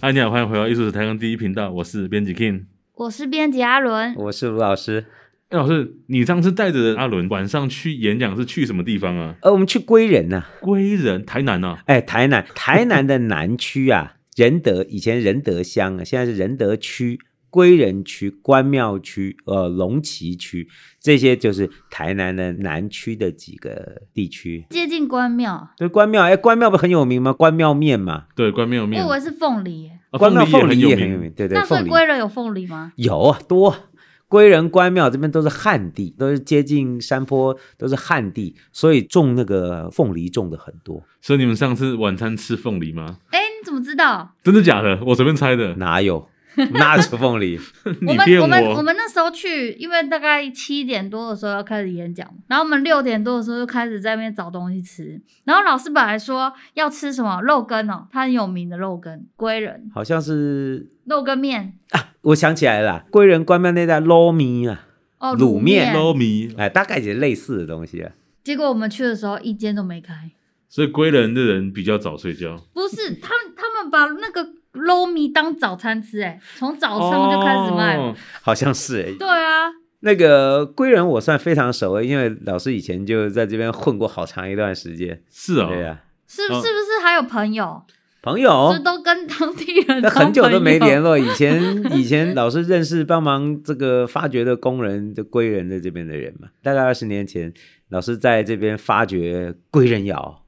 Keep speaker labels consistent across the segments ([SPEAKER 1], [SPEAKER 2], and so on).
[SPEAKER 1] 嗨，你好，欢迎回到艺术史台湾第一频道，我是编辑 King。
[SPEAKER 2] 我是编辑阿伦，
[SPEAKER 3] 我是卢老师。
[SPEAKER 1] 哎，老师，你上次带着阿伦晚上去演讲是去什么地方啊？
[SPEAKER 3] 呃，我们去归仁呐、
[SPEAKER 1] 归仁，台南啊。
[SPEAKER 3] 哎，台南，台南的南区啊，仁德以前仁德乡啊，现在是仁德区、归仁区、关庙区、呃龙崎区，这些就是台南的南区的几个地区。
[SPEAKER 2] 接近关庙，
[SPEAKER 3] 对，关庙，哎，关庙不很有名吗？关庙面嘛，
[SPEAKER 1] 对，关庙
[SPEAKER 2] 我
[SPEAKER 1] 面
[SPEAKER 2] 以，为是凤梨耶。
[SPEAKER 1] 啊
[SPEAKER 3] 关庙
[SPEAKER 1] 凤
[SPEAKER 3] 梨
[SPEAKER 1] 也
[SPEAKER 3] 也
[SPEAKER 1] 很有
[SPEAKER 3] 很有
[SPEAKER 1] 名。
[SPEAKER 3] 名，对对，
[SPEAKER 2] 那所
[SPEAKER 3] 凤
[SPEAKER 2] 以
[SPEAKER 3] 梨
[SPEAKER 2] 归仁有凤梨吗？
[SPEAKER 3] 有啊，多啊。归仁关庙这边都是旱地，都是接近山坡，都是旱地，所以种那个凤梨种的很多。
[SPEAKER 1] 所以你们上次晚餐吃凤梨吗？
[SPEAKER 2] 哎，你怎么知 道？
[SPEAKER 1] 真的假的？我随便猜的。
[SPEAKER 3] 哪有？那是凤梨。
[SPEAKER 1] 你
[SPEAKER 2] 我们
[SPEAKER 1] 骗
[SPEAKER 2] 我们
[SPEAKER 1] 我
[SPEAKER 2] 我们那时候去，因为大概七点多的时候要开始演讲，然后我们六点多的时候就开始在那边找东西吃。然后老师本来说要吃什么肉羹哦，他很有名的肉羹，归仁
[SPEAKER 3] 好像是啊
[SPEAKER 2] 肉羹面
[SPEAKER 3] 我想起来了啦，归仁关庙那带捞米啊，
[SPEAKER 2] 哦，
[SPEAKER 3] 卤面
[SPEAKER 1] 捞米，
[SPEAKER 3] 哎，大概也类似的东西啊。
[SPEAKER 2] 结果我们去的时候一间都没开，
[SPEAKER 1] 所以归人的人比较早睡觉。
[SPEAKER 2] 不是他们他们把那个肉米当早餐吃，哎，从早上就开始卖了。
[SPEAKER 1] 哦
[SPEAKER 3] 好像是哎、
[SPEAKER 2] 对啊，
[SPEAKER 3] 那个归仁我算非常熟欸，因为老师以前就在这边混过好长一段时间。
[SPEAKER 1] 是啊、
[SPEAKER 3] 对呀、
[SPEAKER 2] 是是
[SPEAKER 1] 哦
[SPEAKER 2] 不是还有朋友？
[SPEAKER 3] 朋友
[SPEAKER 2] 就，都跟当地人
[SPEAKER 3] 哦 那
[SPEAKER 2] 当
[SPEAKER 3] 很久都没
[SPEAKER 2] 朋友
[SPEAKER 3] 联络。以前以前老师认识帮忙这个发掘的工人，就归仁的这边的人嘛，大概二十年前，老师在这边发掘归仁窑。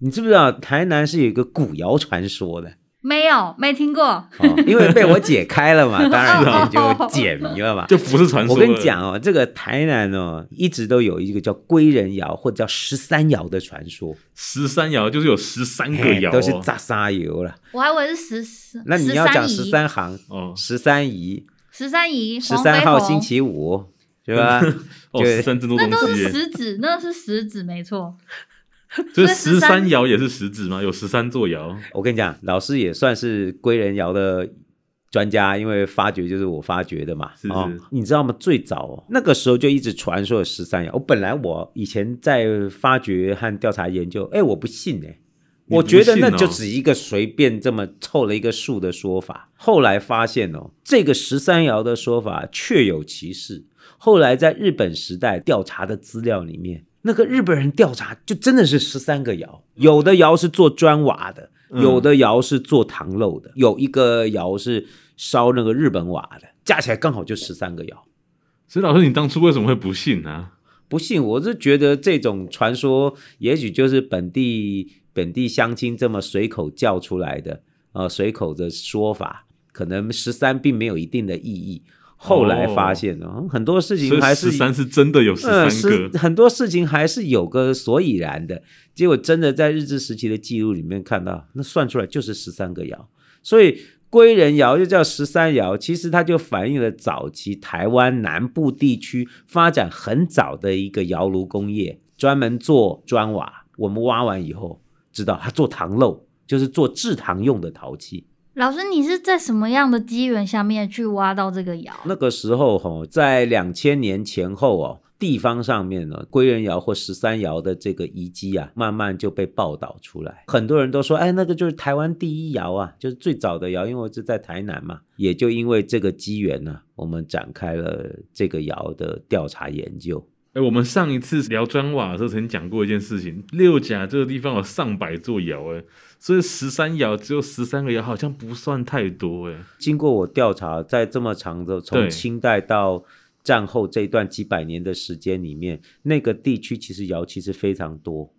[SPEAKER 3] 你知不知道台南是有一个古窑传说的？
[SPEAKER 2] 没有，没听过。
[SPEAKER 3] 哦， 因为被我解开了嘛， 当然你
[SPEAKER 2] 哦
[SPEAKER 3] 就解谜了 嘛。
[SPEAKER 1] 就不是传说。
[SPEAKER 3] 我跟你，讲哦，这个台南哦，一直都有一个叫归人窑或者叫十三窑的传说，
[SPEAKER 1] 十三爻就是有十三个
[SPEAKER 3] 嘿
[SPEAKER 1] 爻、哦，
[SPEAKER 3] 都是炸沙窑了。
[SPEAKER 2] 我还以为是十十，
[SPEAKER 3] 那你要讲十
[SPEAKER 2] 姨
[SPEAKER 3] 三行、
[SPEAKER 1] 哦
[SPEAKER 3] 十三姨、
[SPEAKER 2] 十三姨，
[SPEAKER 3] 十
[SPEAKER 2] 黄
[SPEAKER 3] 三
[SPEAKER 2] 飞
[SPEAKER 3] 号
[SPEAKER 2] 鸿
[SPEAKER 3] 星期五，是吧？
[SPEAKER 1] 哦，
[SPEAKER 3] 对
[SPEAKER 1] 十三这么多
[SPEAKER 2] 那都
[SPEAKER 1] 东
[SPEAKER 2] 是
[SPEAKER 1] 西耶，
[SPEAKER 2] 食指，那是食指，没错。
[SPEAKER 1] 就是
[SPEAKER 2] 那
[SPEAKER 1] 十
[SPEAKER 2] 十
[SPEAKER 1] 三
[SPEAKER 2] 三
[SPEAKER 1] 爻也是十指吗？有十三座爻，
[SPEAKER 3] 我跟你讲，老师也算是归人窑的专家，因为发掘就是我发掘的嘛。
[SPEAKER 1] 是
[SPEAKER 3] 哦
[SPEAKER 1] 是
[SPEAKER 3] 你知道吗？最早、哦、那个时候就一直传说有十三窑。我本来我以前在发掘和调查研究，哎，我不信哎、
[SPEAKER 1] 你
[SPEAKER 3] 我
[SPEAKER 1] 不
[SPEAKER 3] 觉得
[SPEAKER 1] 信
[SPEAKER 3] 那
[SPEAKER 1] 哦
[SPEAKER 3] 就只一个随便这么凑了一个数的说法。后来发现哦，这个十三窑的说法确有其事。后来在日本时代调查的资料里面，那个日本人调查就真的是十三个窑，有的窑是做砖瓦的，
[SPEAKER 1] 嗯
[SPEAKER 3] 有的窑是做糖漏的，有一个窑是烧那个日本瓦的，加起来刚好就十三个窑。
[SPEAKER 1] 所以老师，你当初为什么会不信啊呢、
[SPEAKER 3] 不信，我是觉得这种传说，也许就是本地本地乡亲这么随口叫出来的，呃，随口的说法，可能十三并没有一定的意义。后来发现哦，很多事
[SPEAKER 1] 所
[SPEAKER 3] 情
[SPEAKER 1] 以
[SPEAKER 3] 还
[SPEAKER 1] 十
[SPEAKER 3] 是
[SPEAKER 1] 三是真的有十
[SPEAKER 3] 呃
[SPEAKER 1] 三
[SPEAKER 3] 是
[SPEAKER 1] 个，
[SPEAKER 3] 很多事情还是有个所以然的。结果真的在日治时期的记录里面看到，那算出来就是十三个爻，所以归人爻又叫十三爻，其实它就反映了早期台湾南部地区发展很早的一个窑炉工业，专门做砖瓦。我们挖完以后知道它做糖漏，就是做制糖用的陶器。
[SPEAKER 2] 老师，你是在什么样的机缘下面去挖到这个窑？
[SPEAKER 3] 那个时候哈、在两千年前后哦，地方上面呢、归仁窑或十三窑的这个遗迹啊，慢慢就被报道出来。很多人都说，哎，那个就是台湾第一窑啊，就是最早的窑，因为我是在台南嘛。也就因为这个机缘呢、我们展开了这个窑的调查研究。
[SPEAKER 1] 哎、我们上一次聊砖瓦的时候曾经讲过一件事情，六甲这个地方有上百座爻，哎，所以十三爻只有十三个爻，好像不算太多，哎，
[SPEAKER 3] 经过我调查，在这么长的
[SPEAKER 1] 对
[SPEAKER 3] 从清代到战后这一段几百年的时间里面，那个地区其实窑其实非常多。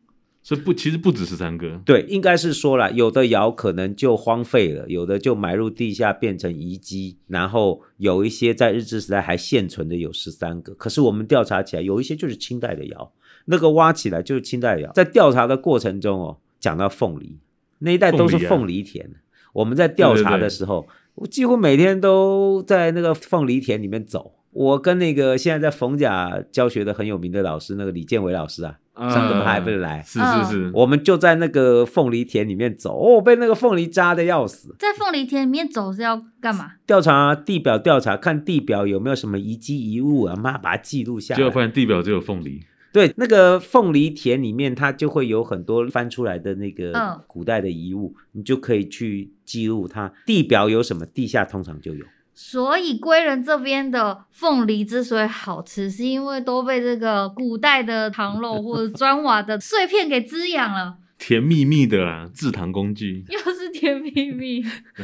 [SPEAKER 1] 所以不，其实不止十三个，
[SPEAKER 3] 对，应该是说了，有的窑可能就荒废了，有的就埋入地下变成遗迹，然后有一些在日治时代还现存的有十三个，可是我们调查起来，有一些就是清代的窑，那个挖起来就是清代的窑。在调查的过程中哦，讲到凤梨那一带都是
[SPEAKER 1] 凤梨啊
[SPEAKER 3] 凤梨田，我们在调查的时候，我几乎每天都在那个凤梨田里面走。我跟那个现在在逢甲教学的很有名的老师，那个李建伟老师啊，上次
[SPEAKER 1] 呃
[SPEAKER 3] 他还不是来，嗯
[SPEAKER 1] 是是是，
[SPEAKER 3] 我们就在那个凤梨田里面走，哦，被那个凤梨扎的要死。
[SPEAKER 2] 在凤梨田里面走是要干嘛？
[SPEAKER 3] 调查地表调查，看地表有没有什么遗迹遗物啊，妈把它记录下
[SPEAKER 1] 结果
[SPEAKER 3] 来。
[SPEAKER 1] 发现地表只有凤梨，
[SPEAKER 3] 对，那个凤梨田里面，它就会有很多翻出来的那
[SPEAKER 2] 嗯
[SPEAKER 3] 个古代的遗物，你就可以去记录它地表有什么，地下通常就有。
[SPEAKER 2] 所以归仁这边的凤梨之所以好吃，是因为都被这个古代的糖肉或者砖瓦的碎片给滋养了，
[SPEAKER 1] 甜蜜蜜的啦，制糖工具。
[SPEAKER 2] 又是甜蜜蜜。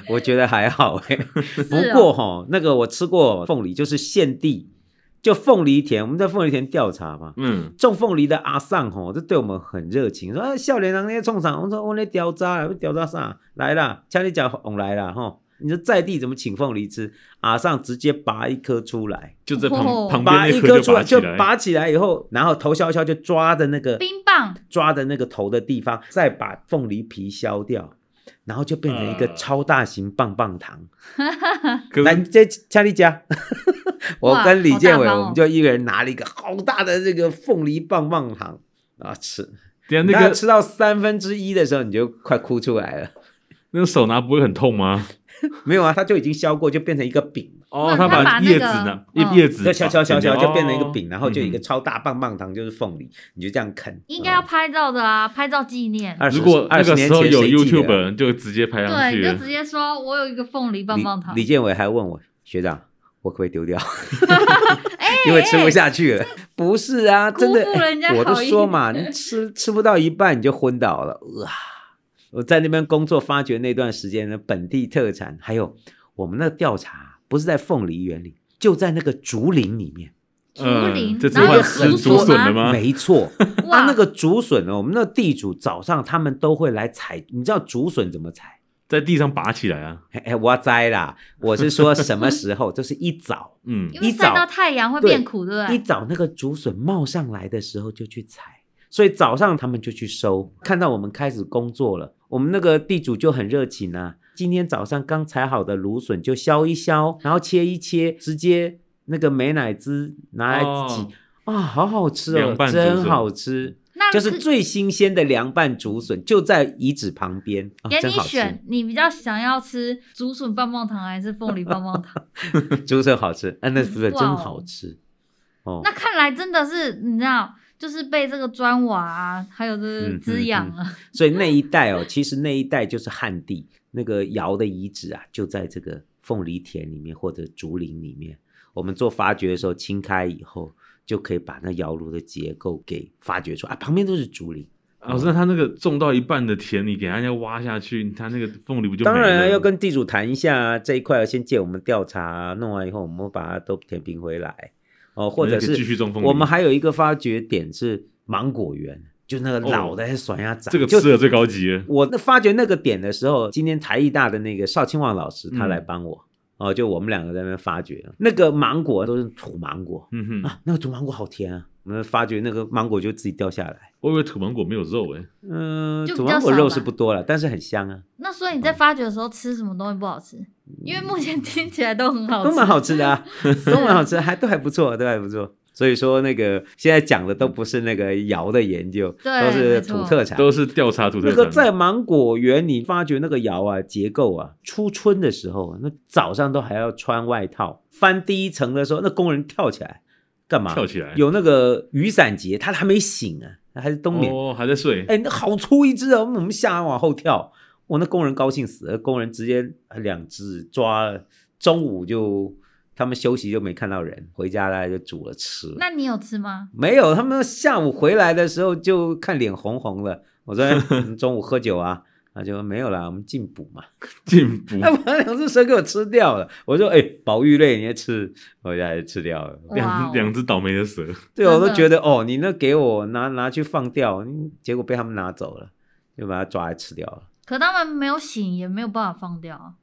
[SPEAKER 3] 我觉得还好哎、不
[SPEAKER 2] 是哦
[SPEAKER 3] 过哈、那个我吃过凤梨，就是现地就凤梨田，我们在凤梨田调查嘛，
[SPEAKER 1] 嗯，
[SPEAKER 3] 种凤梨的阿尚吼，就对我们很热情，说啊，少年人那些冲上，我说我哦那屌渣啦，屌渣啥来啦，像你讲红来啦吼，你说在地怎么请凤梨吃？阿尚直接拔一颗出来，
[SPEAKER 1] 就在旁、
[SPEAKER 2] 哦
[SPEAKER 1] 旁边
[SPEAKER 3] 拔
[SPEAKER 1] 那
[SPEAKER 3] 一颗
[SPEAKER 1] 就
[SPEAKER 3] 出
[SPEAKER 1] 拔
[SPEAKER 3] 来
[SPEAKER 1] 起
[SPEAKER 3] 就
[SPEAKER 1] 来，
[SPEAKER 3] 拔起来以后，然后头削一削就抓的那个
[SPEAKER 2] 哦冰棒
[SPEAKER 3] 抓的那个头的地方，再把凤梨皮削掉。然后就变成一个
[SPEAKER 1] 呃
[SPEAKER 3] 超大型棒棒糖，
[SPEAKER 1] 可
[SPEAKER 3] 来
[SPEAKER 1] 是
[SPEAKER 3] 这 家里家，我
[SPEAKER 2] 哇
[SPEAKER 3] 跟李
[SPEAKER 2] 好
[SPEAKER 3] 建
[SPEAKER 2] 大
[SPEAKER 3] 伟，
[SPEAKER 2] 方
[SPEAKER 3] 我
[SPEAKER 2] 哦
[SPEAKER 3] 们就一人拿了一个好大的这个凤梨棒棒糖啊吃，
[SPEAKER 1] 等一下
[SPEAKER 3] 那
[SPEAKER 1] 那
[SPEAKER 3] 个
[SPEAKER 1] 个
[SPEAKER 3] 吃到三分之一的时候，你就快哭出来了。
[SPEAKER 1] 那个手拿不会很痛吗？
[SPEAKER 3] 没有啊，它就已经削过，就变成一个饼，
[SPEAKER 1] 哦，
[SPEAKER 2] 他把
[SPEAKER 1] 把
[SPEAKER 2] 那
[SPEAKER 1] 叶子
[SPEAKER 2] 个
[SPEAKER 1] 拿
[SPEAKER 2] 嗯
[SPEAKER 1] 叶叶子哦
[SPEAKER 3] 就削削削削，就变成一个饼，然后就一个
[SPEAKER 1] 嗯
[SPEAKER 3] 超大棒棒糖，就是凤梨，你就这样啃。嗯
[SPEAKER 2] 应该要拍照的啊，拍照纪念。
[SPEAKER 3] 二十
[SPEAKER 1] 如果那
[SPEAKER 3] 二十
[SPEAKER 1] 个
[SPEAKER 3] 年
[SPEAKER 1] 时候
[SPEAKER 3] 前
[SPEAKER 1] 有
[SPEAKER 3] 谁记得
[SPEAKER 1] YouTube，就直接拍上
[SPEAKER 2] 对，
[SPEAKER 1] 去
[SPEAKER 2] 你就
[SPEAKER 1] 了。
[SPEAKER 2] 直接说我有一个凤梨棒棒糖
[SPEAKER 3] 李。李建伟还问我学长，我可不可以丢掉？
[SPEAKER 2] 哎，
[SPEAKER 3] 因为吃不下去了。 不是啊，真的
[SPEAKER 2] 辜负人家，好意
[SPEAKER 3] 我都说嘛，你吃吃不到一半你就昏倒了，哇！我在那边工作，发掘那段时间的本地特产，还有我们那个调查不是在凤梨园里，就在那个竹林里面。
[SPEAKER 2] 竹
[SPEAKER 1] 嗯
[SPEAKER 2] 林，
[SPEAKER 1] 这次
[SPEAKER 2] 然后
[SPEAKER 1] 换
[SPEAKER 2] 有
[SPEAKER 1] 是
[SPEAKER 2] 竹
[SPEAKER 1] 竹
[SPEAKER 2] 笋
[SPEAKER 1] 笋了
[SPEAKER 2] 吗？
[SPEAKER 1] 吗？
[SPEAKER 3] 没错，
[SPEAKER 2] 哇
[SPEAKER 3] 啊，那个竹笋呢，我们那地主早上他们都会来采，你知道竹笋怎么采？
[SPEAKER 1] 在地上拔起来啊，
[SPEAKER 3] 哎，我栽啦！我是说什么时候？就是一早，
[SPEAKER 1] 嗯
[SPEAKER 2] 因，为
[SPEAKER 3] 一
[SPEAKER 2] 晒
[SPEAKER 3] 早
[SPEAKER 2] 到太阳会
[SPEAKER 3] 对
[SPEAKER 2] 变苦，对不
[SPEAKER 3] 一
[SPEAKER 2] 对？
[SPEAKER 3] 早那个竹笋冒上来的时候就去采，所以早上他们就去收。看到我们开始工作了，我们那个地主就很热情啊。今天早上刚采好的芦笋就削一削，然后切一切，直接那个美乃滋拿来挤
[SPEAKER 1] 哦，
[SPEAKER 3] 啊、好好吃哦
[SPEAKER 1] 凉拌，竹笋
[SPEAKER 3] 真好吃。
[SPEAKER 2] 那
[SPEAKER 3] 就是
[SPEAKER 2] 可
[SPEAKER 3] 最新鲜的凉拌竹笋，就在遗址旁边，啊
[SPEAKER 2] 给
[SPEAKER 3] 真
[SPEAKER 2] 你
[SPEAKER 3] 好吃，
[SPEAKER 2] 选，你比较想要吃竹笋棒棒糖还是凤梨棒棒 糖？
[SPEAKER 3] 竹笋好吃，啊，那竹笋
[SPEAKER 2] 哇哦
[SPEAKER 3] 真好吃，哦，
[SPEAKER 2] 那看来真的是你知道，就是被这个砖瓦啊，还有这个
[SPEAKER 3] 嗯
[SPEAKER 2] 滋
[SPEAKER 3] 嗯
[SPEAKER 2] 养
[SPEAKER 3] 嗯
[SPEAKER 2] 了。
[SPEAKER 3] 所以那一带哦，其实那一带就是汉地，那个尧的遗址啊，就在这个凤梨田里面或者竹林里面。我们做发掘的时候，清开以后，就可以把那窑炉的结构给发掘出来啊，旁边都是竹林。
[SPEAKER 1] 哦老师，那他那个种到一半的田，你给人家挖下去，他那个凤梨不就
[SPEAKER 3] 当然
[SPEAKER 1] 没
[SPEAKER 3] 啊
[SPEAKER 1] 了
[SPEAKER 3] 要跟地主谈一下啊，这一块先借我们调查啊，弄完以后我们把它都填平回来哦，或者
[SPEAKER 1] 那就是继续种凤梨
[SPEAKER 3] 我们还有一个发掘点是芒果园，就那个老的还甩下
[SPEAKER 1] 哦
[SPEAKER 3] 长，
[SPEAKER 1] 这个啊
[SPEAKER 3] 就
[SPEAKER 1] 吃的最高级了，
[SPEAKER 3] 我那发掘那个点的时候，今天台艺大的那个邵清旺老师他
[SPEAKER 1] 嗯
[SPEAKER 3] 来帮我、哦，就我们两个在那边发掘那个芒果都是土芒果
[SPEAKER 1] 嗯哼，
[SPEAKER 3] 啊，那个土芒果好甜啊，我们发掘那个芒果就自己掉下来，
[SPEAKER 1] 我以为土芒果没有肉哎诶，
[SPEAKER 3] 嗯、
[SPEAKER 2] 就比
[SPEAKER 3] 土
[SPEAKER 2] 较
[SPEAKER 3] 芒果
[SPEAKER 2] 少
[SPEAKER 3] 肉
[SPEAKER 2] 吧
[SPEAKER 3] 是不多了，但是很香啊，
[SPEAKER 2] 那所以你在发掘的时候吃什么东西不好吃？因为目前听起来都很好吃，
[SPEAKER 3] 都蛮好吃 的啊，都蛮好吃，还都还不错，都还不错。所以说那个现在讲的都不是那个窑的研究，
[SPEAKER 2] 对
[SPEAKER 3] 都
[SPEAKER 2] 没
[SPEAKER 3] 是
[SPEAKER 2] 错
[SPEAKER 3] 土特产，
[SPEAKER 1] 都是调查土特
[SPEAKER 3] 啊那
[SPEAKER 1] 产。
[SPEAKER 3] 个在芒果园里发掘那个窑啊，结构啊，初春的时候，啊那早上都还要穿外套，翻第一层的时候，那工人跳起来干嘛？
[SPEAKER 1] 跳起来，
[SPEAKER 3] 有那个雨伞节，他还没醒啊，他还是冬眠。
[SPEAKER 1] 哦，还在睡，
[SPEAKER 3] 哎、那好粗一只哦，我们下来往后跳，我那工人高兴死了，工人直接两只抓了，中午就他们休息就没看到人，回家来就煮了吃了。
[SPEAKER 2] 那你有吃吗？
[SPEAKER 3] 没有，他们下午回来的时候就看脸红红了。我说、嗯中午喝酒啊，他就说没有啦，我们进补嘛。
[SPEAKER 1] 进补
[SPEAKER 3] 他把两只蛇给我吃掉了。我说哎、宝玉类你也吃，我就还是吃掉了。
[SPEAKER 2] 哇
[SPEAKER 1] 两
[SPEAKER 2] 哦
[SPEAKER 1] 只两只倒霉的蛇，
[SPEAKER 3] 对，我都
[SPEAKER 2] 真的
[SPEAKER 3] 觉得哦，你那给我拿拿去放掉，嗯结果被他们拿走了，就把它抓来吃掉了。
[SPEAKER 2] 可他们没有醒，也没有办法放掉啊，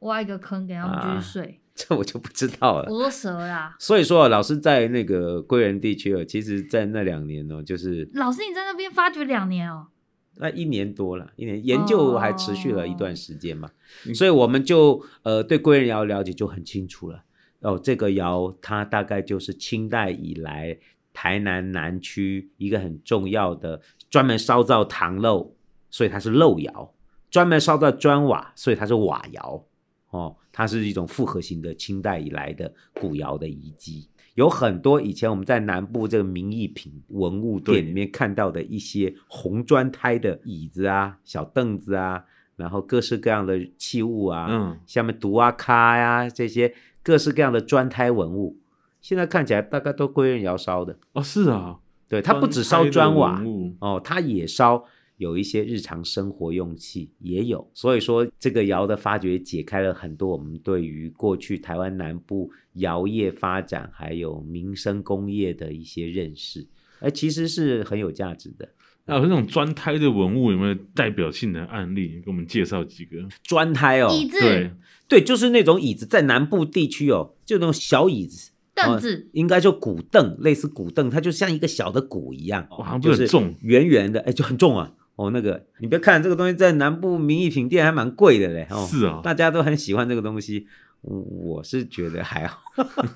[SPEAKER 2] 挖一个坑给他
[SPEAKER 3] 啊
[SPEAKER 2] 们继续睡。
[SPEAKER 3] 这我就不知道了。
[SPEAKER 2] 我说蛇啦，
[SPEAKER 3] 所以说，啊老师在那个归仁地区哦，其实，在那两年哦，就是
[SPEAKER 2] 老师你在那边发掘两年哦，
[SPEAKER 3] 那一年多了，一年研究还持续了一段时间嘛，
[SPEAKER 1] 嗯
[SPEAKER 3] 所以我们就呃对归仁窑了解就很清楚了。哦，这个窑它大概就是清代以来台南南区一个很重要的专门烧造糖漏，所以它是漏窑；专门烧造砖瓦，所以它是瓦窑。哦，它是一种复合型的清代以来的古窑的遗迹。有很多以前我们在南部这个名义品文物店
[SPEAKER 1] 对
[SPEAKER 3] 里面看到的一些红砖胎的椅子啊、小凳子啊，然后各式各样的器物啊，
[SPEAKER 1] 嗯，
[SPEAKER 3] 下面毒啊、咖呀、这些各式各样的砖胎文物，现在看起来大概都归人窑烧的。
[SPEAKER 1] 哦，是啊，
[SPEAKER 3] 对，它不只烧
[SPEAKER 1] 翻拍的
[SPEAKER 3] 砖瓦
[SPEAKER 1] 文物
[SPEAKER 3] 哦，它也烧有一些日常生活用器也有。所以说，这个窑的发掘解开了很多我们对于过去台湾南部窑业发展还有民生工业的一些认识，哎，其实是很有价值的。
[SPEAKER 1] 那有那种砖胎的文物有没有代表性的案例？给我们介绍几个？
[SPEAKER 3] 砖胎哦，
[SPEAKER 2] 椅子、
[SPEAKER 1] 对，
[SPEAKER 3] 对，就是那种椅子，在南部地区哦，就那种小椅子。
[SPEAKER 2] 凳子，
[SPEAKER 3] 应该就古凳，类似古凳，它就像一个小的鼓一样，哦
[SPEAKER 1] 哇它不
[SPEAKER 3] 就是
[SPEAKER 1] 很
[SPEAKER 3] 是
[SPEAKER 1] 重
[SPEAKER 3] 圆圆的，哎，就很重啊。哦，那个你别看这个东西在南部名义品店还蛮贵的嘞，哦，
[SPEAKER 1] 是啊
[SPEAKER 3] 大家都很喜欢这个东西，我我是觉得还好。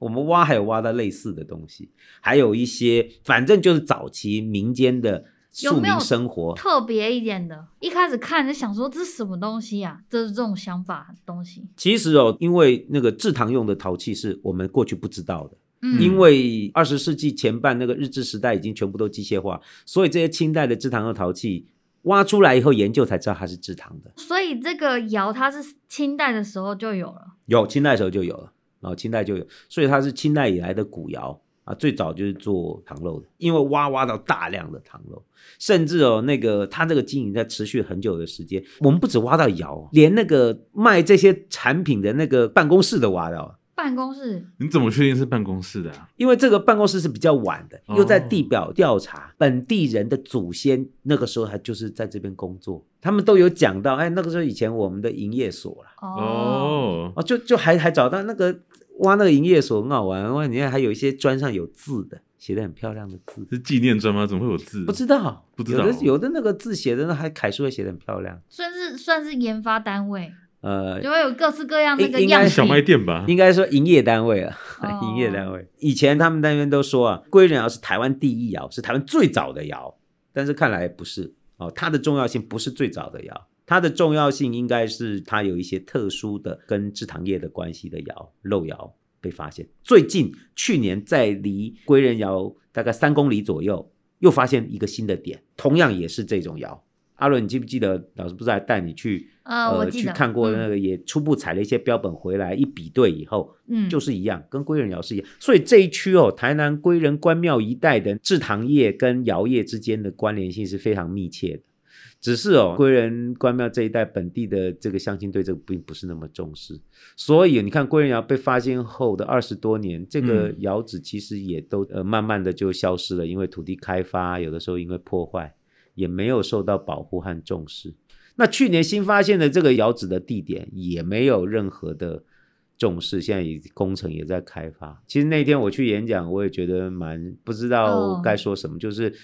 [SPEAKER 3] 我们挖还有挖到类似的东西，还有一些，反正就是早期民间的
[SPEAKER 2] 有
[SPEAKER 3] 庶
[SPEAKER 2] 没有
[SPEAKER 3] 民生活，
[SPEAKER 2] 特别一点的，一开始看就想说这是什么东西呀、啊？这是这种想法的东西。
[SPEAKER 3] 其实哦，因为那个制糖用的陶器是我们过去不知道的。
[SPEAKER 2] 嗯，
[SPEAKER 3] 因为二十世纪前半那个日治时代已经全部都机械化，所以这些清代的制糖和陶器挖出来以后研究才知道它是制糖的。
[SPEAKER 2] 所以这个窑它是清代的时候就有了，
[SPEAKER 3] 有清代的时候就有了，然后清代就有，所以它是清代以来的古窑啊，最早就是做糖漏的，因为挖挖到大量的糖漏，甚至哦那个它这个经营在持续很久的时间，我们不止挖到窑，哦连那个卖这些产品的那个办公室都挖到了。
[SPEAKER 2] 办公室
[SPEAKER 1] 你怎么确定是办公室的、啊？
[SPEAKER 3] 因为这个办公室是比较晚的，
[SPEAKER 1] 哦
[SPEAKER 3] 又在地表调查、本地人的祖先，那个时候还就是在这边工作，他们都有讲到，哎，那个时候以前我们的营业所啦，
[SPEAKER 2] 哦，
[SPEAKER 1] 哦，
[SPEAKER 3] 哦，就就还还找到那个挖那个营业所很好玩，哇，你看还有一些砖上有字的，写的很漂亮的字，
[SPEAKER 1] 是纪念砖吗？怎么会有字？啊
[SPEAKER 3] 不知道，
[SPEAKER 1] 不知道哦
[SPEAKER 3] 有的有的那个字写的那还楷书也写的很漂亮，
[SPEAKER 2] 算是算是研发单位，
[SPEAKER 3] 呃，
[SPEAKER 2] 就会有各式各样那个
[SPEAKER 3] 应应
[SPEAKER 2] 样
[SPEAKER 3] 该
[SPEAKER 2] 品。
[SPEAKER 1] 是小卖店吧？
[SPEAKER 3] 应该说营业单位啊，
[SPEAKER 2] 哦
[SPEAKER 3] 营业单位。以前他们那边都说啊，归仁窑是台湾第一窑，是台湾最早的窑，但是看来不是哦，它的重要性不是最早的窑。它的重要性应该是它有一些特殊的跟制糖业的关系的窑漏窑被发现。最近去年在离归仁窑大概三公里左右，又发现一个新的点，同样也是这种窑。阿伦，你记不记得老师不是还带你去
[SPEAKER 2] 呃，我记
[SPEAKER 3] 去
[SPEAKER 2] 得
[SPEAKER 3] 看过那个，也初步采了一些标本回来，一比对以后，
[SPEAKER 2] 嗯，
[SPEAKER 3] 就是是一样，跟归仁窑是一样。所以这一区哦，台南归仁关庙一带的制糖业跟窑业之间的关联性是非常密切的。只是哦，归仁关庙这一带本地的这个乡亲对这个并不是那么重视，所以你看归仁窑被发现后的二十多年，这个
[SPEAKER 1] 嗯
[SPEAKER 3] 窑址其实也都呃慢慢的就消失了，因为土地开发，有的时候因为破坏，也没有受到保护和重视。那去年新发现的这个窑址的地点也没有任何的重视，现在也工程也在开发。其实那天我去演讲，我也觉得蛮不知道
[SPEAKER 2] 哦
[SPEAKER 3] 该说什么，就是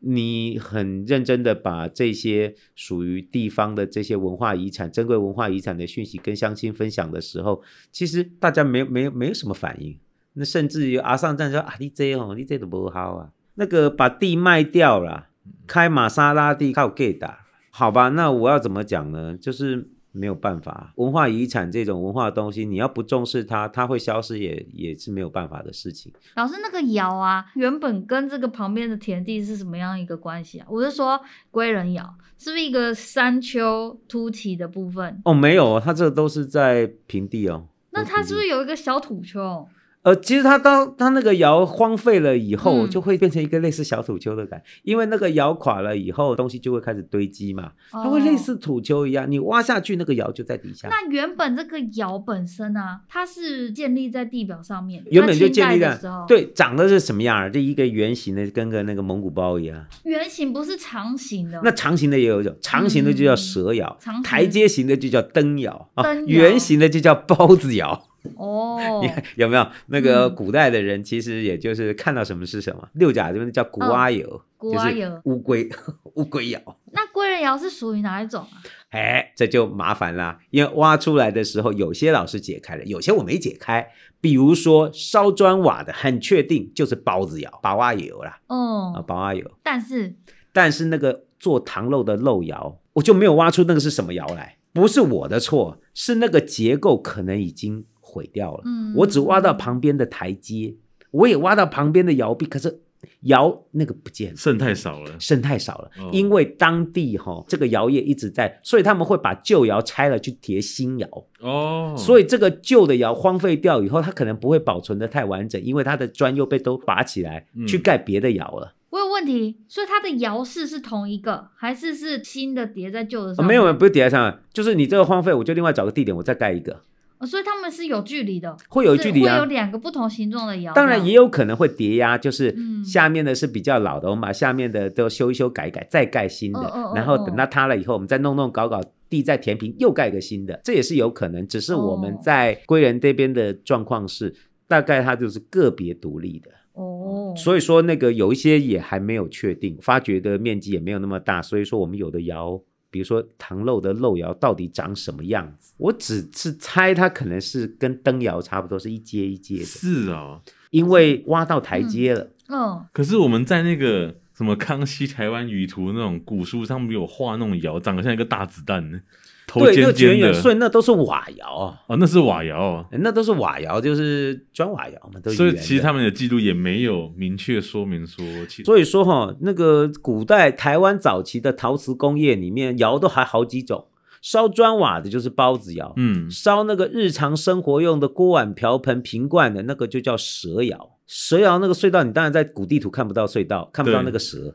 [SPEAKER 3] 你很认真的把这些属于地方的这些文化遗产、珍贵文化遗产的讯息跟乡亲分享的时候，其实大家没有没有没有什么反应。那甚至于阿上站说啊，你这吼、你这都不好啊，那个把地卖掉了，开玛莎拉蒂靠 gay 打，好吧？那我要怎么讲呢？就是没有办法，文化遗产这种文化的东西，你要不重视它，它会消失也也是没有办法的事情。
[SPEAKER 2] 老师那个窑啊，原本跟这个旁边的田地是什么样一个关系啊？我是说归仁窑是不是一个山丘凸起的部分？
[SPEAKER 3] 哦，没有，它这个都是在平地哦。
[SPEAKER 2] 那它是不
[SPEAKER 3] 都平地
[SPEAKER 2] 是有一个小土丘？
[SPEAKER 3] 呃，其实它当它那个窑荒废了以后，
[SPEAKER 2] 嗯
[SPEAKER 3] 就会变成一个类似小土丘的感觉，因为那个窑垮了以后，东西就会开始堆积嘛，它会类似土丘一样，你挖下去，那个窑就在底下。
[SPEAKER 2] 哦那原本这个窑本身啊，它是建立在地表上面，
[SPEAKER 3] 原本就
[SPEAKER 2] 它清代
[SPEAKER 3] 建立
[SPEAKER 2] 的时候，
[SPEAKER 3] 在，对，长得是什么样啊？这一个圆形的，跟个那个蒙古包一样。
[SPEAKER 2] 圆形不是长形的，
[SPEAKER 3] 那长形的也有一种，长形的就叫蛇窑，
[SPEAKER 2] 长形
[SPEAKER 3] 台阶形的就叫灯窑啊
[SPEAKER 2] 嗯灯，窑
[SPEAKER 3] 圆形的就叫包子窑。
[SPEAKER 2] 哦
[SPEAKER 3] 你，看有没有？那个
[SPEAKER 2] 嗯
[SPEAKER 3] 古代的人其实也就是看到什么是什么。六甲这边叫古蛙窑，
[SPEAKER 2] 哦古
[SPEAKER 3] 就
[SPEAKER 2] 蛙
[SPEAKER 3] 是
[SPEAKER 2] 窑
[SPEAKER 3] 乌龟 乌龟窑。
[SPEAKER 2] 那归仁窑是属于哪一种啊？
[SPEAKER 3] 哎，这就麻烦啦，因为挖出来的时候，有些老师解开了，有些我没解开。比如说烧砖瓦的，很确定就是包子窑、包蛙窑啦，啊，
[SPEAKER 2] 哦，
[SPEAKER 3] 包蛙窑。
[SPEAKER 2] 但是
[SPEAKER 3] 但是那个做糖漏的漏窑，我就没有挖出那个是什么窑来，不是我的错，是那个结构可能已经毁掉了。
[SPEAKER 2] 嗯
[SPEAKER 3] 我只挖到旁边的台阶，我也挖到旁边的窑壁，可是窑那个不见了。
[SPEAKER 1] 剩太少了，
[SPEAKER 3] 剩太少了
[SPEAKER 1] 哦，
[SPEAKER 3] 因为当地哈、这个窑业一直在，所以他们会把旧窑拆了去叠新窑，
[SPEAKER 1] 哦，
[SPEAKER 3] 所
[SPEAKER 1] 以
[SPEAKER 3] 以这个旧的窑荒废掉以后，它可能不会保存的太完整，因为它的砖又被都拔起来
[SPEAKER 1] 嗯
[SPEAKER 3] 去盖别的窑了。
[SPEAKER 2] 我有问题，所以它的窑室是同一个，还是是新的叠在旧的
[SPEAKER 3] 啊
[SPEAKER 2] 上、面？
[SPEAKER 3] 没有，不是叠在上面，就是你这个荒废，我就另外找个地点，我再盖一个，
[SPEAKER 2] 哦，所以他们是有距离的，
[SPEAKER 3] 会有距离
[SPEAKER 2] 是会有
[SPEAKER 3] 啊。
[SPEAKER 2] 两个不同形状的窑。
[SPEAKER 3] 当然也有可能会叠压，就是
[SPEAKER 2] 嗯
[SPEAKER 3] 下面的是比较老的，我们把下面的都修一修、改一改，再盖新的
[SPEAKER 2] 哦哦哦，
[SPEAKER 3] 然后等它塌了以后，我们再弄弄搞搞，地再填平，又盖一个新的，这也是有可能。只是我们
[SPEAKER 2] 哦
[SPEAKER 3] 在归仁这边的状况是，大概它就是个别独立的。
[SPEAKER 2] 这样哦，
[SPEAKER 3] 嗯所以说那个有一些也还没有确定，发掘的面积也没有那么大，所以说我们有的窑，比如说唐漏的漏窑到底长什么样子，我只是猜它可能是跟灯窑差不多，是一阶一阶的，
[SPEAKER 1] 是哦。
[SPEAKER 3] 因为挖到台阶了。
[SPEAKER 2] 嗯，
[SPEAKER 1] 可是我们在那个什么康熙台湾舆图那种古书上面有画那种窑，长得像一个大子弹呢，头
[SPEAKER 3] 对，那
[SPEAKER 1] 尖
[SPEAKER 3] 全
[SPEAKER 1] 尖的
[SPEAKER 3] 远顺那都是瓦窑啊，
[SPEAKER 1] 哦，那是瓦窑哦。
[SPEAKER 3] 那都是瓦窑，就是砖瓦窑嘛，都是
[SPEAKER 1] 所以
[SPEAKER 3] 圆
[SPEAKER 1] 其实
[SPEAKER 3] 的
[SPEAKER 1] 他们的记录也没有明确说明说，其
[SPEAKER 3] 所以说哈、那个古代台湾早期的陶瓷工业里面，窑都还好几种，烧砖瓦的就是包子窑，
[SPEAKER 1] 嗯
[SPEAKER 3] 烧那个日常生活用的锅碗瓢盆、瓶罐的那个就叫蛇窑。蛇窑那个隧道，你当然在古地图看不到隧道，看不到那个蛇。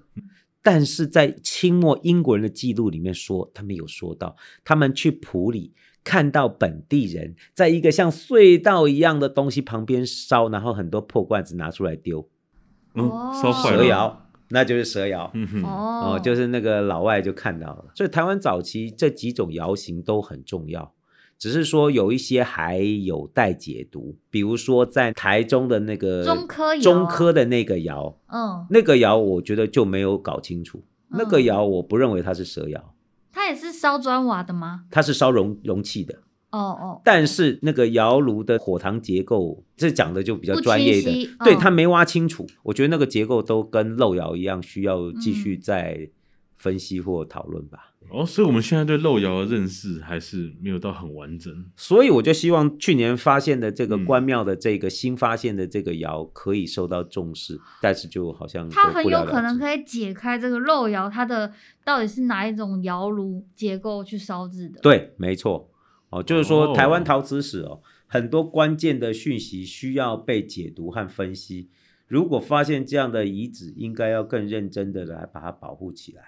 [SPEAKER 3] 但是在清末英国人的记录里面说，他们有说到，他们去普里看到本地人在一个像隧道一样的东西旁边烧，然后很多破罐子拿出来丢，
[SPEAKER 1] 嗯
[SPEAKER 2] 哦，
[SPEAKER 1] 烧坏
[SPEAKER 3] 蛇
[SPEAKER 1] 了，
[SPEAKER 3] 窑，那就是蛇窑。
[SPEAKER 1] 嗯哼，
[SPEAKER 2] 哦
[SPEAKER 3] 哦，就是那个老外就看到了，所以台湾早期这几种窑型都很重要，只是说有一些还有待解读，比如说在台中的那个
[SPEAKER 2] 中科窑
[SPEAKER 3] 中科的那个窑，
[SPEAKER 2] 嗯，
[SPEAKER 3] 那个窑我觉得就没有搞清楚，那个
[SPEAKER 2] 嗯
[SPEAKER 3] 窑我不认为它是蛇窑，
[SPEAKER 2] 它也是烧砖瓦的吗？
[SPEAKER 3] 它是烧容容器的，
[SPEAKER 2] 哦哦，
[SPEAKER 3] 但是那个窑炉的火塘结构，这讲的就比较
[SPEAKER 2] 不
[SPEAKER 3] 专业一
[SPEAKER 2] 清
[SPEAKER 3] 点，
[SPEAKER 2] 晰
[SPEAKER 3] 对
[SPEAKER 2] 嗯
[SPEAKER 3] 它没挖清楚，我觉得那个结构都跟漏窑一样，需要继续
[SPEAKER 2] 嗯
[SPEAKER 3] 再分析或讨论吧。
[SPEAKER 1] 哦，所以我们现在对漏窑的认识还是没有到很完整。
[SPEAKER 3] 所以我就希望去年发现的这个
[SPEAKER 1] 嗯
[SPEAKER 3] 关庙的这个、新发现的这个窑可以受到重视，但是就好像
[SPEAKER 2] 它
[SPEAKER 3] 都
[SPEAKER 2] 很
[SPEAKER 3] 不了
[SPEAKER 2] 有
[SPEAKER 3] 了
[SPEAKER 2] 可能
[SPEAKER 3] 之
[SPEAKER 2] 可以解开这个漏窑，它的到底是哪一种窑炉结构去烧制的？，
[SPEAKER 3] 对，没错哦，就是
[SPEAKER 1] 哦
[SPEAKER 3] 说台湾陶瓷史哦，很多关键的讯息需要被解读和分析。如果发现这样的遗址，应该要更认真的来把它保护起来。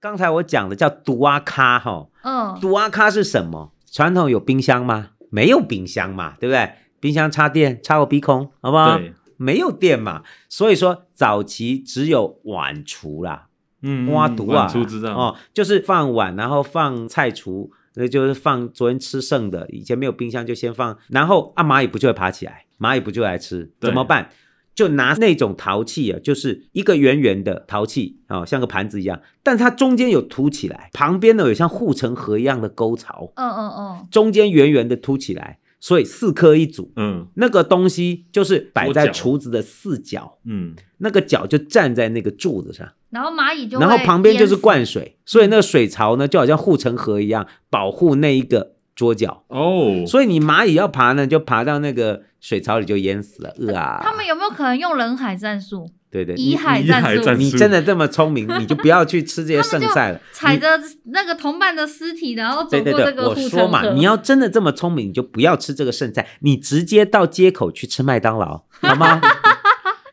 [SPEAKER 3] 刚才我讲的叫毒阿卡哈、
[SPEAKER 2] 嗯，
[SPEAKER 3] 毒阿卡是什么？传统有冰箱吗？没有冰箱嘛，对不对？冰箱插电，插个鼻孔，好不好？
[SPEAKER 1] 对，
[SPEAKER 3] 没有电嘛，所以说早期只有碗橱啦，
[SPEAKER 1] 嗯，
[SPEAKER 3] 挖毒啊，
[SPEAKER 1] 晚出知道
[SPEAKER 3] 哦，就是放碗，然后放菜橱，那就是放昨天吃剩的，以前没有冰箱就先放，然后啊蚂蚁不就会爬起来，蚂蚁不就来吃，
[SPEAKER 1] 对
[SPEAKER 3] 怎么办？就拿那种陶器啊，就是一个圆圆的陶器啊、哦，像个盘子一样，但它中间有凸起来，旁边呢有像护城河一样的沟槽，
[SPEAKER 2] 嗯嗯嗯，
[SPEAKER 3] 中间圆圆的凸起来，所以四颗一组。
[SPEAKER 1] 嗯
[SPEAKER 3] 那个东西就是摆在
[SPEAKER 1] 桌
[SPEAKER 3] 厨子的四角，
[SPEAKER 1] 嗯，
[SPEAKER 3] 那个脚就站在那个柱子上，
[SPEAKER 2] 然后蚂蚁就
[SPEAKER 3] 然后
[SPEAKER 2] 会
[SPEAKER 3] 旁边就是
[SPEAKER 2] 淹死，
[SPEAKER 3] 灌水，所以那个水槽呢就好像护城河一样保护那一个桌角，
[SPEAKER 1] 哦，
[SPEAKER 3] 所以你蚂蚁要爬呢就爬到那个水槽里就淹死了，呃啊！
[SPEAKER 2] 他们有没有可能用人海战术？
[SPEAKER 3] 对对，
[SPEAKER 2] 以
[SPEAKER 3] 你
[SPEAKER 2] 海
[SPEAKER 1] 以
[SPEAKER 2] 战
[SPEAKER 1] 海
[SPEAKER 2] 术，
[SPEAKER 1] 战
[SPEAKER 3] 你
[SPEAKER 1] 术
[SPEAKER 3] 真的这么聪明，你就不要去吃这些剩菜了。
[SPEAKER 2] 踩
[SPEAKER 3] 你
[SPEAKER 2] 着那个同伴的尸体，然后走
[SPEAKER 3] 对
[SPEAKER 2] 过
[SPEAKER 3] 对
[SPEAKER 2] 这
[SPEAKER 3] 对，
[SPEAKER 2] 个
[SPEAKER 3] 我
[SPEAKER 2] 护
[SPEAKER 3] 说
[SPEAKER 2] 城
[SPEAKER 3] 嘛，
[SPEAKER 2] 河。
[SPEAKER 3] 你要真的这么聪明，你就不要吃这个剩菜，你直接到街口去吃麦当劳，好 吗？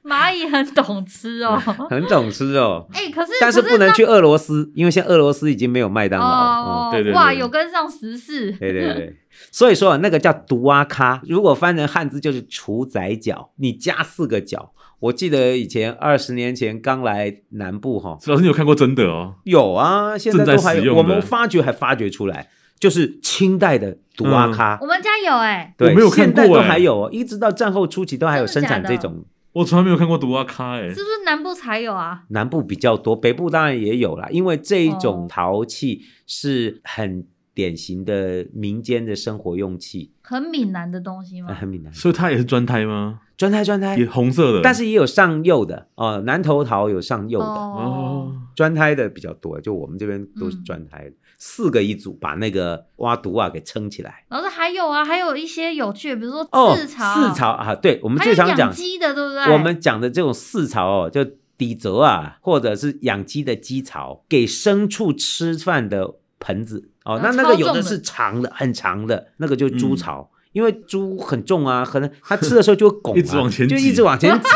[SPEAKER 2] 蚂蚁很懂吃 哦。
[SPEAKER 3] 很懂吃哦。
[SPEAKER 2] 哎、可是
[SPEAKER 3] 但是
[SPEAKER 2] 是
[SPEAKER 3] 不能啊去俄罗斯，因为现在俄罗斯已经没有麦当劳了。
[SPEAKER 2] 哦
[SPEAKER 1] 嗯，对对对
[SPEAKER 2] 哇，有跟上时事。
[SPEAKER 3] 对对对，所以说啊那个叫独阿咖，如果翻成汉字就是厨仔角，你加四个角。我记得以前二十年前刚来南部哈，
[SPEAKER 1] 老师你有看过真的哦？
[SPEAKER 3] 有啊，现在
[SPEAKER 1] 正在
[SPEAKER 3] 都还
[SPEAKER 1] 使
[SPEAKER 3] 有，
[SPEAKER 1] 用
[SPEAKER 3] 我
[SPEAKER 1] 的
[SPEAKER 3] 们发掘还发掘出来，就是清代的独阿咖。
[SPEAKER 2] 我们家有哎、
[SPEAKER 1] 嗯
[SPEAKER 3] 对，
[SPEAKER 1] 我没有看
[SPEAKER 3] 现代
[SPEAKER 1] 过
[SPEAKER 3] 都
[SPEAKER 1] 欸
[SPEAKER 3] 还有哦，一直到战后初期都还有生产
[SPEAKER 2] 真的
[SPEAKER 3] 这
[SPEAKER 2] 假的
[SPEAKER 3] 种，
[SPEAKER 1] 我从来没有看过毒阿卡哎、
[SPEAKER 2] 是不是南部才有啊？
[SPEAKER 3] 南部比较多，北部当然也有啦。因为这一种
[SPEAKER 2] 哦
[SPEAKER 3] 陶器是很典型的民间的生活用器，
[SPEAKER 2] 很闽南的东西吗？
[SPEAKER 3] 那哎很闽南。
[SPEAKER 1] 所以它也是专胎吗？
[SPEAKER 3] 专胎专胎
[SPEAKER 1] 也，红色的，
[SPEAKER 3] 哎但是也有上釉的哦，南头桃有上釉的，
[SPEAKER 2] 哦，
[SPEAKER 1] 哦，
[SPEAKER 3] 专胎的比较多，就我们这边都是
[SPEAKER 2] 嗯
[SPEAKER 3] 专胎的，四个一组把那个挖毒啊给撑起来。
[SPEAKER 2] 老师还有啊，还有一些有趣的，比如说
[SPEAKER 3] 哦，
[SPEAKER 2] 自嘲，
[SPEAKER 3] 四朝啊，对，我们
[SPEAKER 2] 还
[SPEAKER 3] 最
[SPEAKER 2] 有
[SPEAKER 3] 常
[SPEAKER 2] 养
[SPEAKER 3] 讲，
[SPEAKER 2] 鸡的，对不对？
[SPEAKER 3] 我们讲的这种四槽哦，就底泽啊，或者是养鸡的鸡槽，给牲畜吃饭的盆子哦
[SPEAKER 2] 啊。
[SPEAKER 3] 那那个
[SPEAKER 2] 超
[SPEAKER 3] 有
[SPEAKER 2] 重
[SPEAKER 3] 的
[SPEAKER 2] 的
[SPEAKER 3] 是长的，很长的，那个就猪
[SPEAKER 1] 嗯
[SPEAKER 3] 槽，因为猪很重啊，可能它吃的时候就会拱、啊，
[SPEAKER 1] 一直往前
[SPEAKER 3] 就
[SPEAKER 1] 挤
[SPEAKER 3] 一直往前 挤。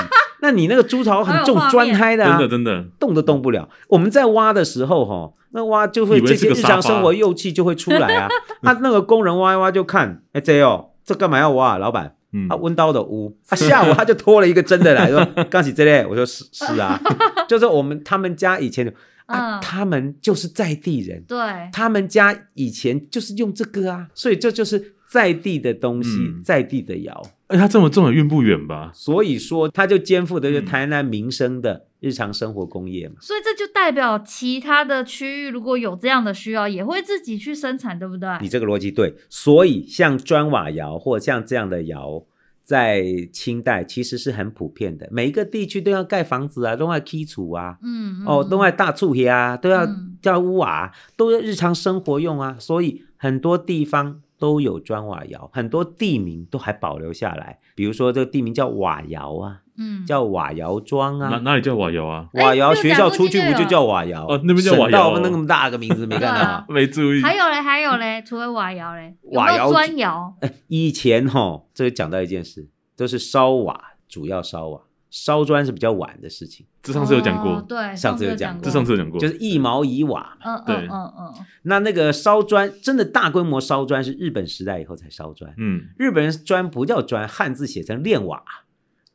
[SPEAKER 3] 那你那个猪槽很重
[SPEAKER 2] 好有，画
[SPEAKER 3] 砖
[SPEAKER 2] 面
[SPEAKER 3] 胎的
[SPEAKER 1] 真
[SPEAKER 3] 啊，
[SPEAKER 1] 的真的，
[SPEAKER 3] 动都动不了。我们在挖的时候、哈，那挖就会
[SPEAKER 1] 以为
[SPEAKER 3] 这
[SPEAKER 1] 是
[SPEAKER 3] 些
[SPEAKER 1] 个
[SPEAKER 3] 日常
[SPEAKER 1] 沙发
[SPEAKER 3] 生活用器就会出来啊。啊，那个工人挖一挖就看，哎，这哦，这干嘛要挖啊，老板？
[SPEAKER 1] 嗯
[SPEAKER 3] 啊，，温刀的屋，啊，下 午他就拖了一个真的来，说刚起这类，我说是是啊，就是我们他们家以前有啊，
[SPEAKER 2] 嗯
[SPEAKER 3] 他们就是在地人，
[SPEAKER 2] 对，
[SPEAKER 3] 他们家以前就是用这个啊，所以这就是在地的东西，
[SPEAKER 1] 嗯
[SPEAKER 3] 在地的窑，
[SPEAKER 1] 哎，它这么重，也运不远吧？
[SPEAKER 3] 所以说他就肩负的就是
[SPEAKER 1] 嗯
[SPEAKER 3] 台南民生的日常生活工业嘛。
[SPEAKER 2] 所以这就代表其他的区域如果有这样的需要，也会自己去生产，对不对？
[SPEAKER 3] 你这个逻辑对，所以像砖瓦窑或像这样的窑，在清代其实是很普遍的，每一个地区都要盖房子啊，都要基础啊。
[SPEAKER 2] 嗯，嗯
[SPEAKER 3] 哦，都爱大醋黑啊，都要
[SPEAKER 2] 嗯
[SPEAKER 3] 叫屋瓦，都要日常生活用啊，所以很多地方都有砖瓦窑，很多地名都还保留下来，比如说这个地名叫瓦窑啊，
[SPEAKER 2] 嗯，
[SPEAKER 3] 叫瓦窑庄
[SPEAKER 1] 哪
[SPEAKER 3] 啊。
[SPEAKER 1] 哪里叫瓦窑啊？
[SPEAKER 2] 哎
[SPEAKER 3] 瓦窑
[SPEAKER 2] 六
[SPEAKER 3] 学
[SPEAKER 2] 甲
[SPEAKER 3] 校
[SPEAKER 2] 附
[SPEAKER 3] 出
[SPEAKER 2] 近就
[SPEAKER 3] 去不就
[SPEAKER 2] 有
[SPEAKER 3] 叫瓦窑？
[SPEAKER 1] 哦那边叫瓦
[SPEAKER 3] 到
[SPEAKER 1] 窑
[SPEAKER 3] 我们
[SPEAKER 1] 哦
[SPEAKER 3] 那么大个名字没看到啊。
[SPEAKER 1] 没注意，
[SPEAKER 2] 还有嘞，还有嘞，除了瓦窑嘞，有
[SPEAKER 3] 瓦
[SPEAKER 2] 没
[SPEAKER 3] 窑
[SPEAKER 2] 有砖窑？
[SPEAKER 3] 哎以前哈，这里讲到一件事，都是烧瓦，主要烧瓦，烧砖是比较晚的事情，
[SPEAKER 1] 这上次有讲
[SPEAKER 2] 哦
[SPEAKER 1] 过，
[SPEAKER 2] 对，
[SPEAKER 3] 上次有
[SPEAKER 2] 有
[SPEAKER 3] 讲过
[SPEAKER 2] 过，
[SPEAKER 1] 这上次有讲过，
[SPEAKER 3] 就是一毛一瓦。
[SPEAKER 2] 嗯，
[SPEAKER 1] 对
[SPEAKER 2] 嗯嗯嗯嗯，
[SPEAKER 3] 那那个烧砖，真的大规模烧砖是日本时代以后才烧砖。
[SPEAKER 1] 嗯，
[SPEAKER 3] 日本人砖不叫砖，汉字写成炼瓦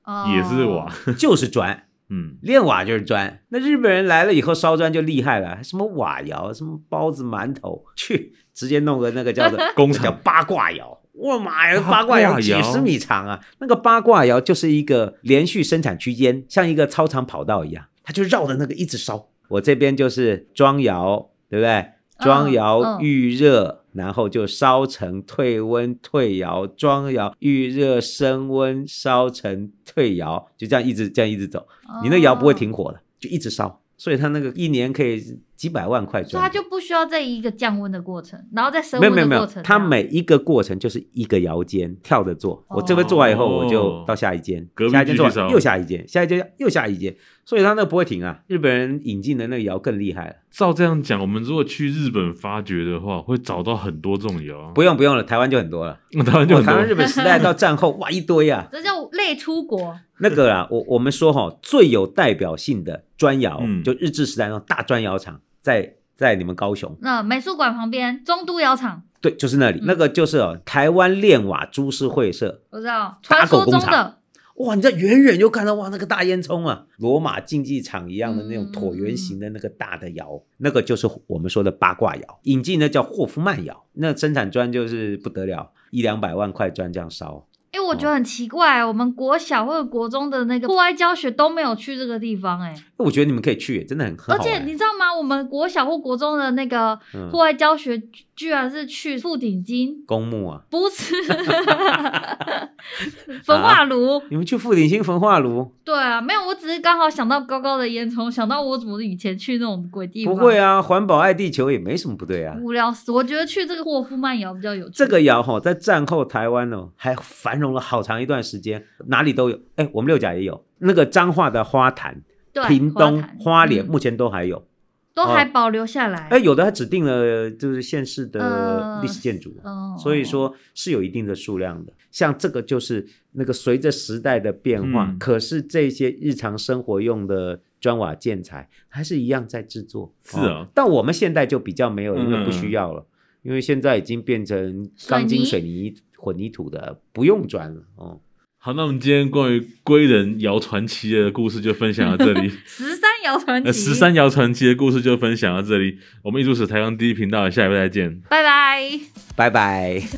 [SPEAKER 2] 哦
[SPEAKER 1] 也是瓦，
[SPEAKER 3] 就是砖，
[SPEAKER 1] 嗯，
[SPEAKER 3] 炼瓦就是砖。那日本人来了以后烧砖就厉害了，什么瓦窑，什么包子馒头，去直接弄个那个叫做
[SPEAKER 1] 工
[SPEAKER 3] 那叫
[SPEAKER 1] 厂
[SPEAKER 3] 八卦窑。我妈呀，
[SPEAKER 1] 八
[SPEAKER 3] 八
[SPEAKER 1] 卦
[SPEAKER 3] 卦
[SPEAKER 1] 窑
[SPEAKER 3] 窑几十米长啊！那个八卦窑就是一个连续生产区间，像一个操场跑道一样，它就绕着那个一直烧。我这边就是装窑，对不对？装窑
[SPEAKER 2] 嗯
[SPEAKER 3] 预热，然后就烧成退温退窑，装窑预热升温烧成退窑，就这样一直这样一直走，你那窑不会停
[SPEAKER 2] 哦，
[SPEAKER 3] 火了，就一直烧，所以它那个一年可以几百万块
[SPEAKER 2] 所
[SPEAKER 3] 赚
[SPEAKER 2] 以它
[SPEAKER 3] 的。
[SPEAKER 2] 就不需要这一个降温的过程，然后再升
[SPEAKER 3] 没
[SPEAKER 2] 温
[SPEAKER 3] 有没
[SPEAKER 2] 的
[SPEAKER 3] 有没
[SPEAKER 2] 过
[SPEAKER 3] 有
[SPEAKER 2] 程，这
[SPEAKER 3] 它
[SPEAKER 2] 样。
[SPEAKER 3] 每一个过程就是一个窑间跳着做，我这边做完以后，我就到下一间，
[SPEAKER 1] 哦隔壁
[SPEAKER 3] 下一间做
[SPEAKER 1] 继续
[SPEAKER 3] 完
[SPEAKER 1] 烧
[SPEAKER 3] 又下一间，下一间又下一间，所以它那个不会停啊。日本人引进的那个窑更厉害了，
[SPEAKER 1] 照这样讲，我们如果去日本发掘的话，会找到很多这种窑，
[SPEAKER 3] 不用不用了，台湾就很多了。
[SPEAKER 1] 那当然就
[SPEAKER 3] 哇
[SPEAKER 1] 很
[SPEAKER 3] 台湾日
[SPEAKER 1] 多，
[SPEAKER 3] 本时代到战后，哇一 堆啊，
[SPEAKER 2] 这叫类出国，
[SPEAKER 3] 那个啊，我我们说哈、最有代表性的砖窑，
[SPEAKER 1] 嗯
[SPEAKER 3] 就日治时代那种大砖窑厂，在在你们高雄，
[SPEAKER 2] 那美术馆旁边中都窑厂，
[SPEAKER 3] 对，就是那里，
[SPEAKER 2] 嗯
[SPEAKER 3] 那个就是哦，台湾炼瓦株式会社，
[SPEAKER 2] 我知道，
[SPEAKER 3] 打
[SPEAKER 2] 传
[SPEAKER 3] 狗
[SPEAKER 2] 说
[SPEAKER 3] 工
[SPEAKER 2] 中的
[SPEAKER 3] 哇，你在远远就看到哇，那个大烟囱啊，罗马竞技场一样的那种
[SPEAKER 2] 嗯
[SPEAKER 3] 椭圆形的那个大的窑，那个就是我们说的八卦窑。引进的叫霍夫曼窑，那生产砖就是不得了，一两百万块砖这样烧。
[SPEAKER 2] 哎、我觉得很奇怪，我们国小或者国中的那个户外教学都没有去这个地方、哎，
[SPEAKER 3] 我觉得你们可以去，真的很很
[SPEAKER 2] 而
[SPEAKER 3] 好
[SPEAKER 2] 且
[SPEAKER 3] 玩
[SPEAKER 2] 哦你。知道吗？我们国小或国中的那个
[SPEAKER 3] 嗯
[SPEAKER 2] 户外教学，居居然是去富顶金，
[SPEAKER 3] 公墓啊，
[SPEAKER 2] 不 是焚
[SPEAKER 3] 啊
[SPEAKER 2] 化炉。
[SPEAKER 3] 你们去富鼎新焚化炉？
[SPEAKER 2] 对啊，没有，我只是刚好想到高高的烟囱，想到我怎么以前去那种鬼地方。嗯
[SPEAKER 3] 不会
[SPEAKER 2] 啊，
[SPEAKER 3] 啊，环保爱地球也没什么不对啊。
[SPEAKER 2] 无聊死。我觉得去这个霍夫曼窑比较有趣。
[SPEAKER 3] 这个窑哈，在战后台湾哦，还繁荣了好长一段时间，哪里都有。哎，我们六甲也有那个彰化的花坛、
[SPEAKER 2] 对
[SPEAKER 3] 屏东
[SPEAKER 2] 花坛、
[SPEAKER 3] 花
[SPEAKER 2] 嗯
[SPEAKER 3] 莲，目前都还有。
[SPEAKER 2] 都还
[SPEAKER 3] 哦
[SPEAKER 2] 保留下来。
[SPEAKER 3] 哎，有的还指定了就是县市的
[SPEAKER 2] 呃
[SPEAKER 3] 历史建筑，啊
[SPEAKER 2] 哦，
[SPEAKER 3] 所以说是有一定的数量的。像这个就是那个随着时代的变化，
[SPEAKER 1] 嗯
[SPEAKER 3] 可是这些日常生活用的砖瓦建材还是一样在制作。哦
[SPEAKER 1] 是啊
[SPEAKER 3] 但我们现在就比较没有，因为不
[SPEAKER 1] 嗯
[SPEAKER 3] 需要了，因为现在已经变成钢筋、
[SPEAKER 2] 水
[SPEAKER 3] 水泥、混凝土的，不用砖了。哦，
[SPEAKER 1] 好，那我们今天关于归人谣传奇的故事就分享到这 里。
[SPEAKER 2] 十三谣传奇，
[SPEAKER 1] 呃，十三，谣传奇的故事就分享到这里。我们艺术史台湾第一频道，下一位再见。
[SPEAKER 2] 拜拜。
[SPEAKER 3] 拜拜。